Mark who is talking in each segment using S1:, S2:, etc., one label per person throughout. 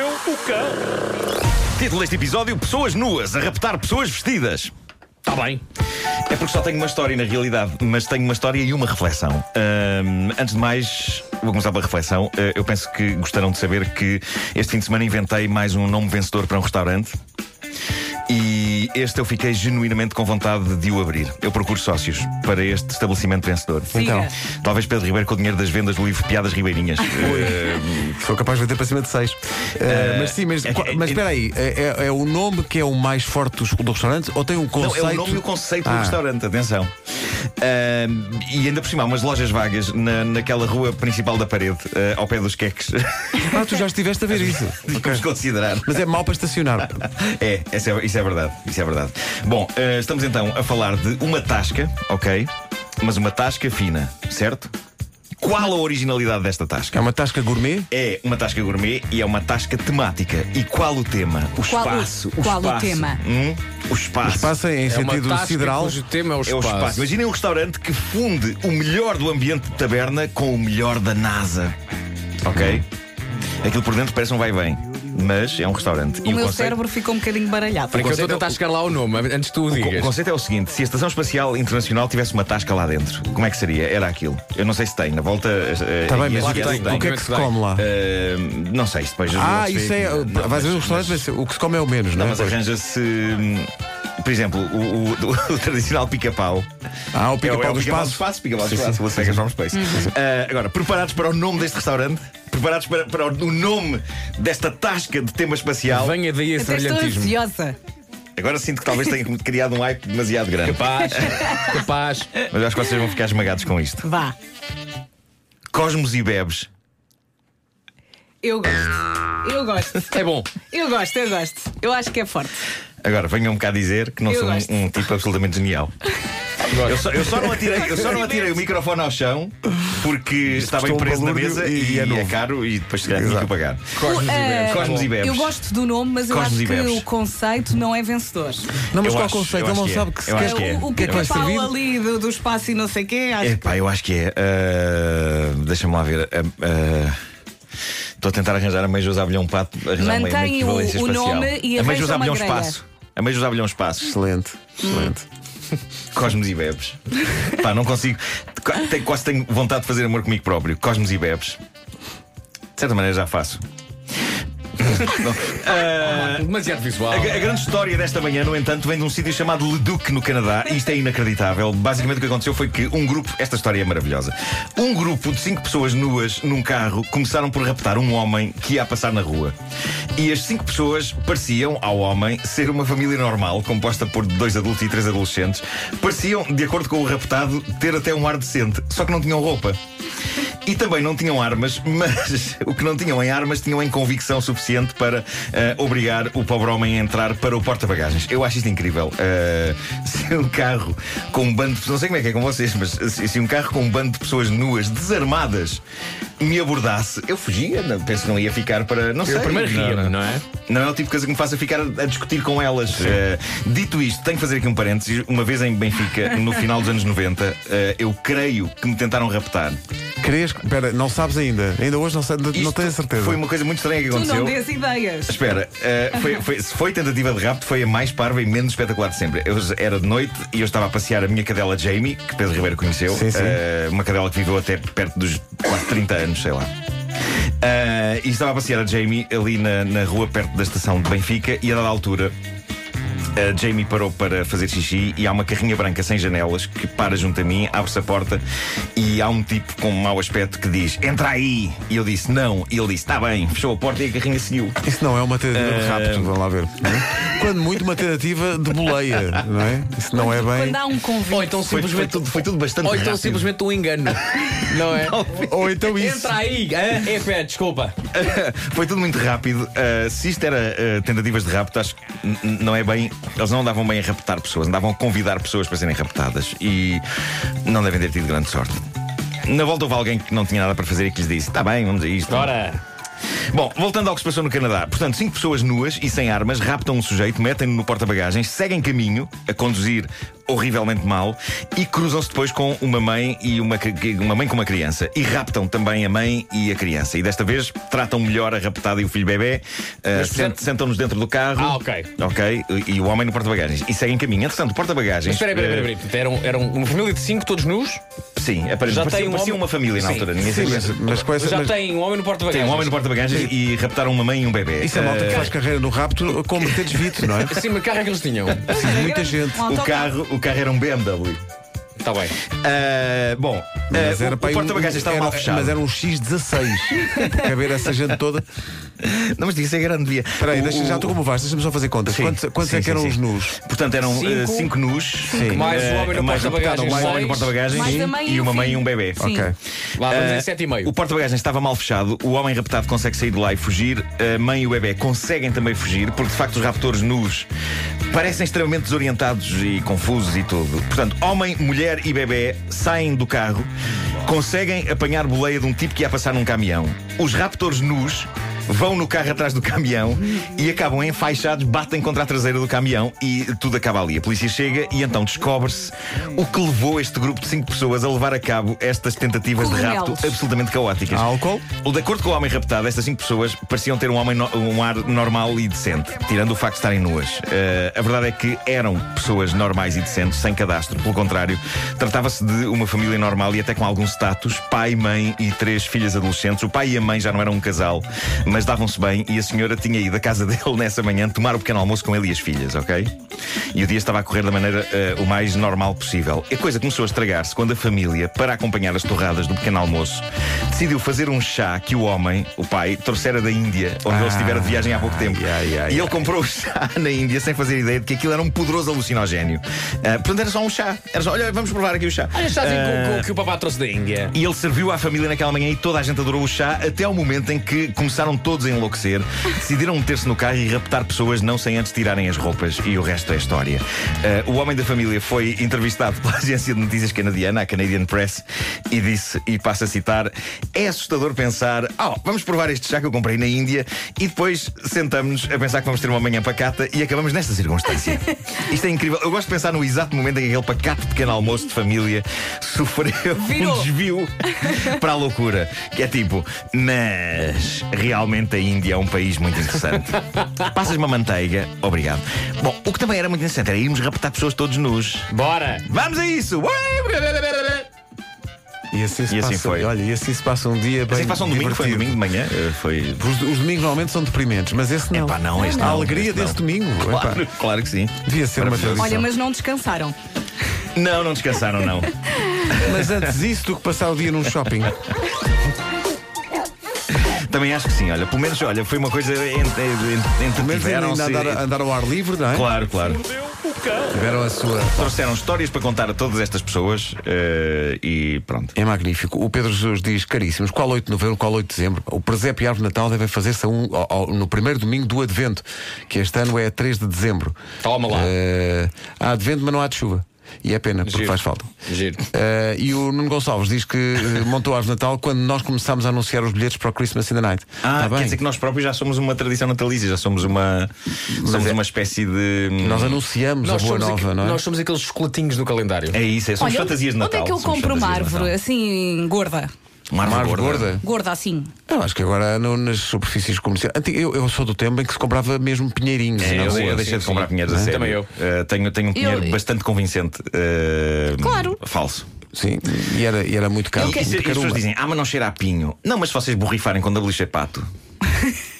S1: Louca!
S2: Título deste episódio: Pessoas nuas a raptar pessoas vestidas.
S1: Está bem.
S2: É porque só tenho uma história na realidade, mas tenho uma história e uma reflexão. Ahm, antes de mais, vou começar pela reflexão. Ah, eu penso que gostaram de saber que este fim de semana inventei mais um nome vencedor para um restaurante. E este eu fiquei genuinamente com vontade de o abrir. Eu procuro sócios para este estabelecimento vencedor.
S3: Então,
S2: Talvez Pedro Ribeiro com o dinheiro das vendas do livro Piadas Ribeirinhas. Eh,
S3: sou capaz de bater para cima de 6. mas sim, mas,
S2: é que-
S3: mas espera aí, é, é- é o nome que é o mais forte dos- do, restaurante ou tem um
S2: Não,
S3: conceito?
S2: é o nome e o conceito do
S3: Ah.
S2: restaurante, atenção. Ahm, e ainda por cima há umas lojas vagas na, naquela rua principal da parede, eh, ao pé dos queques.
S3: Ah, tu já estiveste a ver isso.
S2: Vamos considerar.
S3: Mas é mau para estacionar.
S2: É, essa é- isso é verdade. Isso é verdade. Bom, eh, estamos então a falar de uma tasca, ok? Mas uma tasca fina, certo? Qual a originalidade desta
S3: É
S2: tasca?
S3: uma tasca gourmet?
S2: É uma tasca gourmet e é uma tasca temática. E qual o tema? O
S4: Qual o-
S2: espaço.
S4: qual o
S2: espaço.
S4: tema?
S2: Hum? O espaço.
S3: Passa em
S5: É uma
S3: sentido
S5: tasca
S3: sideral.
S5: cujo tema é o
S2: É o
S5: espaço.
S2: espaço. Imaginem um restaurante que funde o melhor do ambiente de taberna com o melhor da NASA. Ok? Aquilo por dentro parece um vai-vem, mas é um restaurante.
S4: o meu cérebro ficou um bocadinho baralhado.
S5: Porque eu estou a
S2: conceito-
S5: tentar chegar lá ao nome, antes que tu o
S2: o co- o
S5: digas.
S2: conceito é o seguinte: se a Estação Espacial Internacional tivesse uma tasca lá dentro, como é que seria? Era aquilo. Eu não sei se tem, na volta. eh,
S3: Está Tá bem, mas o
S5: Claro
S3: que,
S5: que Eh, tem,
S3: o que é que se
S5: obviamente
S3: come lá?
S2: não sei, se depois.
S3: Ah,
S2: eu-
S3: isso é.
S2: Não,
S3: Vais a ver o
S2: mas-
S3: restaurante,
S2: mas-
S3: mas o que se come é o menos, não
S2: Não,
S3: é?
S2: Tá, mas arranja-se. hum, Por exemplo, o, o- o tradicional pica-pau.
S3: Ah, o pica-pau
S2: É
S3: do
S2: pica-pau do
S3: espaço.
S2: espaço, pica-pau do
S3: Sim,
S2: espaço, Las Vegas From Space. Ah, agora, preparados para o nome deste restaurante? Preparados para, para o nome desta tasca de tema espacial?
S5: Venha daí esse
S4: Até estou
S5: brilhantismo.
S4: ansiosa.
S2: Agora sinto que talvez tenha criado um hype demasiado grande.
S5: Capaz, capaz.
S2: Mas eu acho que vocês vão ficar esmagados com isto.
S4: Vá.
S2: Cosmos e Bebes.
S4: Eu gosto. Eu gosto.
S5: É bom.
S4: Eu gosto, eu gosto. Eu acho que é forte.
S2: Agora, venham-me cá dizer que não
S4: Eu
S2: sou um,
S4: gosto.
S2: um tipo absolutamente genial. Eu só, eu só não atirei, eu só não atirei o microfone ao chão porque estava
S3: custou um
S2: preso na
S3: balúrdio
S2: mesa
S3: e
S2: e,
S3: é
S2: é
S3: novo.
S2: caro e depois se calhar tinha que o pagar.
S5: Cosmos e Bebes.
S2: Cosmos e Bebes.
S4: eh, Eu gosto do nome, mas eu
S2: Cosmos e
S4: acho que
S2: Bebes.
S4: o conceito não é vencedor. Eh,
S3: Não,
S2: Eu
S3: mas qual o
S2: acho-
S3: conceito?
S2: eu
S3: Ele
S2: acho
S3: não
S2: que é.
S3: sabe que se
S2: Eu
S3: quer.
S2: acho que é.
S4: O, o
S2: É que
S3: vai servir?
S4: pica-pau ali do, do espaço e não sei o quê, acho
S2: É pá, eu acho que é. ah, Deixa-me lá ver. ah, ah, Estou a tentar arranjar a meio José Abelhão Pato. arranjar uma- uma
S4: Mantém o-
S2: equivalência
S4: o
S2: espacial.
S4: nome e
S2: A meio
S4: arranja
S2: José
S4: uma
S2: Abelhão
S4: grelha.
S2: Espaço. A meio José Abelhão Espaço.
S3: Excelente, excelente.
S2: Cosmos e Bebes. Pá, não consigo. Qu- tenho- Quase tenho vontade de fazer amor comigo próprio. Cosmos e Bebes. De certa maneira já faço.
S5: Demasiado é visual.
S2: A, a grande história desta manhã, no entanto, vem de um sítio chamado Leduc, no Canadá, e isto é inacreditável. Basicamente o que aconteceu foi que um grupo, esta história é maravilhosa, um grupo de cinco pessoas nuas num carro começaram por raptar um homem que ia a passar na rua. E as cinco pessoas pareciam ao homem ser uma família normal, composta por dois adultos e três adolescentes. Pareciam, de acordo com o raptado, ter até um ar decente, só que não tinham roupa. E também não tinham armas, mas o que não tinham em armas tinham em convicção suficiente para eh, obrigar o pobre homem a entrar para o porta-bagagens. Eu acho isto incrível. Eh, se um carro com um bando de pessoas, não sei como é que é com vocês, mas se, se um carro com um bando de pessoas nuas, desarmadas, me abordasse, eu fugia, não- penso que não ia ficar para. Não sei.
S5: Eu primeiro
S2: Não,
S5: ria-me,
S2: não.
S5: não é?
S2: Não é o tipo de coisa que me faça ficar a a discutir com elas. Eh, dito isto, tenho que fazer aqui um parênteses. Uma vez em Benfica, no final dos anos 90, eh, eu creio que me tentaram raptar.
S3: Querias. Espera, não sabes ainda. Ainda hoje não, sei, não
S2: Isto
S3: tenho a certeza.
S2: Foi uma coisa muito estranha que
S4: Tu
S2: aconteceu.
S4: não dês ideias.
S2: Espera, eh, foi- foi- se foi tentativa de rapto, foi a mais parva e menos espetacular de sempre. Eu, era de noite e eu estava a passear a minha cadela Jamie, que Pedro Ribeiro conheceu.
S3: Sim, sim.
S2: eh, uma cadela que viveu até perto dos quase 30 anos, sei lá. Eh, e estava a passear a Jamie ali na, na rua perto da estação de Benfica e a dada altura a Jamie parou para fazer xixi e há uma carrinha branca sem janelas que para junto a mim, abre-se a porta e há um tipo com um mau aspecto que diz: Entra aí! E eu disse: Não. E ele disse: Está bem, fechou a porta e a carrinha seguiu.
S3: Isso não é uma tentativa
S5: Eh,
S3: de rapto, vamos lá ver. não é? Quando muito, uma tentativa de boleia, não é? Isso não é bem.
S4: Quando há um convite.
S5: Ou então
S2: Foi, foi,
S5: simplesmente.
S2: tudo, foi tudo bastante
S5: Ou então
S2: rápido.
S5: simplesmente um engano. Não é?
S3: Ou então isso.
S5: Entra aí! Ah, é pé, desculpa.
S2: Foi tudo muito rápido. Uh, se isto era uh, tentativas de rapto, acho que n- n- não é bem. Eles não andavam bem a raptar pessoas, andavam a convidar pessoas para serem raptadas e não devem ter tido grande sorte. Na volta houve alguém que não tinha nada para fazer e que lhes disse: Está bem, "Tá vamos a isto.
S5: Ora.
S2: Bom, voltando ao que se passou no Canadá. Portanto, cinco pessoas nuas e sem armas raptam um sujeito, metem-no no porta-bagagens, seguem caminho, a conduzir horrivelmente mal, e cruzam-se depois com uma mãe e uma, cri- uma mãe com uma criança. E raptam também a mãe e a criança. E desta vez tratam melhor a raptada e o filho bebê, eh,
S5: Mas fizeram-
S2: sent- sentam-nos dentro do carro.
S5: Ah, ok.
S2: Ok, e e o homem no porta-bagagens. E seguem caminho. Entretanto, o porta-bagagens.
S5: Espera, espera, espera,
S2: eh,
S5: espera. um, Eram, eram uma família de cinco, todos nus.
S2: Sim, aparentemente.
S5: Já
S2: parecia,
S5: tem um
S2: parecia
S5: homem-
S2: uma família na
S5: Sim.
S2: altura. Ninguém
S3: Sim,
S2: sabia.
S3: mas, mas com essa.
S5: Já
S3: mas-
S5: tem um homem no porta-bagagens.
S2: Tem um homem no porta-bagagens e raptaram uma mãe e um bebê.
S3: Isso é malta que
S5: Eh,
S3: faz carreira no rapto com meter desvito, não é?
S5: Sim, mas que carro é que eles tinham?
S4: Pois era
S3: muita
S4: grande,
S3: gente.
S4: um
S2: O
S4: autocarro.
S2: carro, o carro era um BMW.
S5: Está Tá bem.
S2: Ah, bom,
S3: Mas
S2: ah,
S3: era
S2: o,
S3: para
S2: o
S3: aí um-
S2: porta-bagagens estava
S3: era-
S2: mal fechado.
S3: Mas era um X16. para caber essa gente toda.
S2: Não, mas disso é grande via.
S3: um Espera aí,
S2: O-
S3: deixa, já
S2: o-
S3: estou como vais, deixa-me só fazer contas.
S2: Sim.
S3: Quantos, quantos
S2: Sim,
S3: é
S2: sim,
S3: que eram
S2: sim.
S3: os nus?
S2: Portanto, eram
S5: Cinco.
S2: eh, cinco nus.
S5: Mais o
S2: Eh,
S5: homem no
S2: mais o-
S5: porta-bagagens,
S2: mais o homem
S5: seis.
S2: no porta-bagagens.
S4: Mais a mãe
S2: e
S4: e o
S2: uma mãe e
S4: filho.
S2: um bebê.
S4: Sim.
S3: Ok.
S5: Lá vamos em
S2: Ah,
S5: sete e meio.
S2: O porta-bagagens estava mal fechado, o homem raptado consegue sair de lá e fugir, a mãe e o bebê conseguem também fugir, porque de facto os raptores nus parecem extremamente desorientados e confusos e tudo. Portanto, homem, mulher e bebê saem do carro, conseguem apanhar boleia de um tipo que ia passar num caminhão. Os raptores nus. Vão no carro atrás do caminhão e acabam enfaixados, batem contra a traseira do caminhão e tudo acaba ali. A polícia chega e então descobre-se o que levou este grupo de cinco pessoas a levar a cabo estas tentativas de rapto
S4: Cogumelos.
S2: absolutamente caóticas.
S3: Há álcool?
S2: De acordo com o homem raptado, estas cinco pessoas pareciam ter um, homem no- um ar normal e decente, tirando o facto de estarem nuas. Eh, a verdade é que eram pessoas normais e decentes, sem cadastro. Pelo contrário, tratava-se de uma família normal e até com algum status: pai, mãe e três filhas adolescentes. O pai e a mãe já não eram um casal, mas davam-se bem e a senhora tinha ido à casa dele nessa manhã tomar o pequeno almoço com ele e as filhas, ok? E o dia estava a correr da maneira eh, o mais normal possível. A coisa começou a estragar-se quando a família, para acompanhar as torradas do pequeno almoço, decidiu fazer um chá que o homem, o pai, trouxera da Índia, onde ele estivera de viagem há pouco tempo.
S3: Ah, ai, ai,
S2: e ele comprou o chá na Índia sem fazer ideia de que aquilo era um poderoso alucinogénio. Ah, portanto, era só um chá. Era só, olha, vamos provar aqui o chá. Eh,
S5: Olha, estás em que o papá trouxe da Índia.
S2: E ele serviu à família naquela manhã e toda a gente adorou o chá, até ao momento em que começaram todos a enlouquecer, decidiram meter-se no carro e raptar pessoas, não sem antes tirarem as roupas, e o resto é história. Eh, o homem da família foi entrevistado pela agência de notícias canadiana, a Canadian Press, e disse, e passo a citar: É assustador pensar, oh, vamos provar este chá que eu comprei na Índia, e depois sentamos-nos a pensar que vamos ter uma manhã pacata e acabamos nesta circunstância. Isto é incrível. Eu gosto de pensar no exato momento em que aquele pacato pequeno almoço de família sofreu
S4: Virou.
S2: um desvio para a loucura. Que é tipo, mas realmente a Índia é um país muito interessante. Passas uma manteiga, obrigado. Bom, o que também era muito interessante era irmos raptar pessoas todos nus.
S5: Bora!
S2: Vamos a isso! Ué!
S3: E assim, se
S2: E assim
S3: passa,
S2: foi.
S3: Olha, e assim se passa um dia bem.
S2: Assim que passa um domingo, foi um domingo
S3: divertido.
S2: de manhã? eh, Foi.
S3: Os, os domingos normalmente são deprimentes, mas esse não.
S2: Epá, não, este
S3: A
S2: não,
S3: alegria
S2: este não.
S3: desse domingo. epá,
S2: Claro, claro que sim.
S3: devia ser uma
S2: Maravilhoso.
S3: tradição.
S4: Olha, mas não descansaram.
S2: Não, não descansaram, não.
S3: Mas antes isso do que passar o dia num shopping.
S2: Também acho que sim, olha. Pelo menos, olha, foi uma coisa entre.
S3: Pelo menos ainda andar, andar ao ar livre, não é?
S2: Claro, claro.
S3: Tiveram a sua.
S2: Trouxeram histórias para contar a todas estas pessoas eh, e pronto.
S3: É magnífico. O Pedro Jesus diz, caríssimos, qual 8 de novembro, qual 8 de dezembro? O presépio e a árvore de Natal devem fazer-se a um- ao- ao- no primeiro domingo do Advento, que este ano é 3 de dezembro.
S5: Toma lá.
S3: Eh, há Advento, mas não há de chuva. E é pena, porque
S5: Giro.
S3: faz falta.
S5: Giro.
S3: Eh, e o Nuno Gonçalves diz que eh, montou a árvore de Natal quando nós começámos a anunciar os bilhetes para o Christmas in the Night.
S2: Ah,
S3: Está
S2: quer
S3: Tá bem?
S2: dizer que nós próprios já somos uma tradição natalícia, já somos uma, somos
S3: é-
S2: uma espécie de.
S3: Nós anunciamos a Boa Nova,
S5: aqu-
S3: não é?
S5: nós somos aqueles chocolatinhos do calendário.
S2: É isso, é, somos
S4: Olha,
S2: fantasias de
S4: onde
S2: Natal.
S4: é que eu
S2: somos
S4: compro uma
S2: fantasias de
S4: árvore assim gorda?
S2: Natal. Uma árvore,
S3: Uma árvore
S2: gorda.
S3: gorda.
S4: Gorda assim?
S3: Não, acho que agora no- nas superfícies comerciais. Antig- Eu, eu sou do tempo em que se comprava mesmo pinheirinhos.
S2: É,
S3: e
S2: eu,
S3: não
S2: eu
S3: ruas.
S2: deixei de
S5: sim,
S2: comprar
S5: sim.
S2: pinheiros a
S5: Hum.
S2: sério.
S5: Também eu.
S2: Eh, tenho, tenho um pinheiro
S4: Eu-
S2: bastante convincente. eh,
S4: Claro.
S2: Falso.
S3: Sim, e era, e era muito caro.
S2: E, e se- e
S3: muito
S2: as
S3: caro
S2: pessoas dizem, ah, mas não cheira a pinho. Não, mas se vocês borrifarem quando a beliche é pato,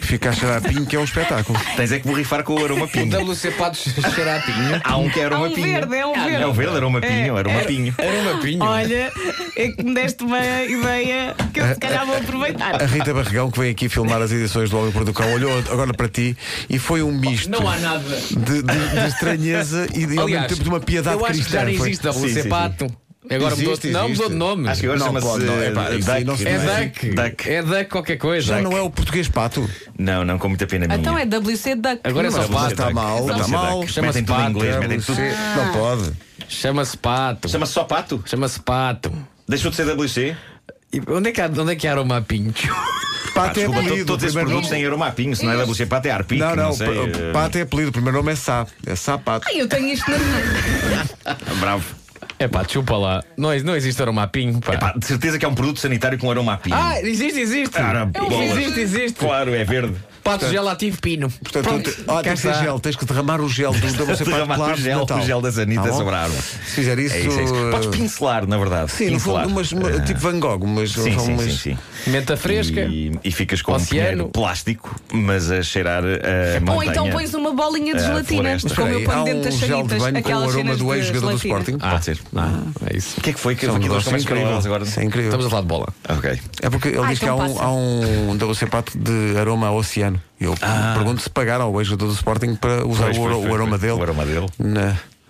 S3: Fica a cheirar a pinho, que é um espetáculo.
S2: tens é que borrifar com o aroma a
S5: O
S2: pinho.
S5: WC Patos cheira a pinho.
S2: Há um que era
S4: Há
S2: uma
S4: um
S2: pinho.
S4: verde, é um verde.
S2: É o verde, era uma pinho, era uma
S4: era-
S2: pinho.
S3: um
S5: Era uma pinho.
S4: Olha, é que me deste uma ideia que eu se calhar vou aproveitar.
S3: A Rita Barrigão, que vem aqui filmar as edições do Homem por do Cão, olhou agora para ti e foi um misto
S5: Não há nada.
S3: de, de- de estranheza e de, ao mesmo tempo de uma piedade
S5: eu acho que
S3: cristã.
S5: já
S3: foi.
S5: existe
S2: Sim, sim,
S5: WC
S2: sim.
S5: Pato. Agora mudou
S3: Existe,
S5: Não,
S3: existe.
S5: mudou de nome.
S2: Acho que agora
S3: Não
S2: chama-se.
S3: pode, não, é
S2: eh,
S3: pá, isso aí não se
S2: duck.
S5: É
S3: Não é?
S5: Duck.
S2: Duck.
S5: É Duck qualquer coisa.
S3: Já não
S5: Duck.
S3: é o português pato.
S2: Não, não, com muita pena minha.
S4: Então é WC Duck.
S5: Agora é só
S2: Não,
S5: pato.
S3: Está Tá mal,
S2: Não,
S3: está
S2: isso é
S3: mal.
S2: duck. Metem tudo em
S3: É
S2: inglês, metem tudo.
S3: Não pode.
S5: Chama-se Pato.
S2: Chama-se só pato?
S5: Chama-se Pato.
S2: Deixou de ser WC?
S5: E onde é que há, onde é que há aroma a pinho?
S2: Pá,
S3: Pato é
S2: desculpa,
S3: apelido.
S2: to- todos
S3: o
S2: esses
S3: primeiro
S2: produtos
S3: nome-
S2: têm aromapinho, se não é da você pato é arpico,
S3: Não, não,
S2: sei, eh,
S3: pa- Pato é apelido. O primeiro nome é Sá. É Sá Pato.
S4: Ai, eu tenho isto na minha.
S2: eh, bravo.
S5: É pá, chupa lá. Não, é, não existe aromapinho, pá.
S2: Pá, de certeza que é um produto sanitário com aroma a pinho.
S5: Ah, existe, existe.
S2: Cara,
S3: é um
S2: bolas.
S5: existe, existe.
S2: Claro, é verde.
S5: Pato gelativo pino.
S3: Portanto,
S5: Pronto,
S3: te- ah,
S5: cá
S3: tem que ser
S5: está.
S3: gel, tens que derramar o gel do, da você
S2: Derramar
S3: Pato lá
S2: o
S3: de
S2: gel,
S3: Natal.
S2: o gel da Zanita
S3: Tá bom?
S2: sobre a árvore.
S3: Se fizer isso.
S2: É isso, é isso. Podes pincelar, na verdade.
S3: Sim, no fundo,
S2: pincelar.
S3: umas, uma-
S2: Eh,
S3: tipo Van Gogh, mas
S2: Sim,
S3: são
S2: sim,
S3: umas.
S2: sim, sim.
S5: Menta fresca.
S2: E, e ficas com
S5: Oceano.
S2: um pinheiro plástico, mas a cheirar eh, a
S4: Ou
S2: montanha.
S4: então pões uma bolinha de
S2: Ah,
S4: gelatina,
S2: floresta.
S4: como eu
S3: Peraí,
S4: ponho
S3: há
S4: dentro
S3: um
S4: das
S3: gel de
S4: chanitas,
S3: banho com o
S4: aquelas
S3: aroma
S4: cenas
S3: do
S4: de
S3: ex-jogador do
S4: gelatina.
S3: Sporting.
S2: Ah, Pode ser.
S5: Ah, é isso.
S2: O que é que foi que
S3: um- São
S2: aqui dois
S3: negócios
S2: também
S3: incríveis.
S2: agora?
S3: Isso é incrível.
S5: Estamos a falar de bola.
S2: Ok.
S3: É porque ele
S4: Ah,
S3: diz que há
S4: então
S3: um,
S4: passa.
S3: há um WC Pato de aroma a oceano. Eu pergunto se pagar ao ex-jogador do Sporting para usar
S2: Pois,
S3: o, ar-
S2: Ah. pois,
S3: o
S2: pois,
S3: aroma
S2: pois.
S3: dele.
S2: O aroma dele.
S3: Na...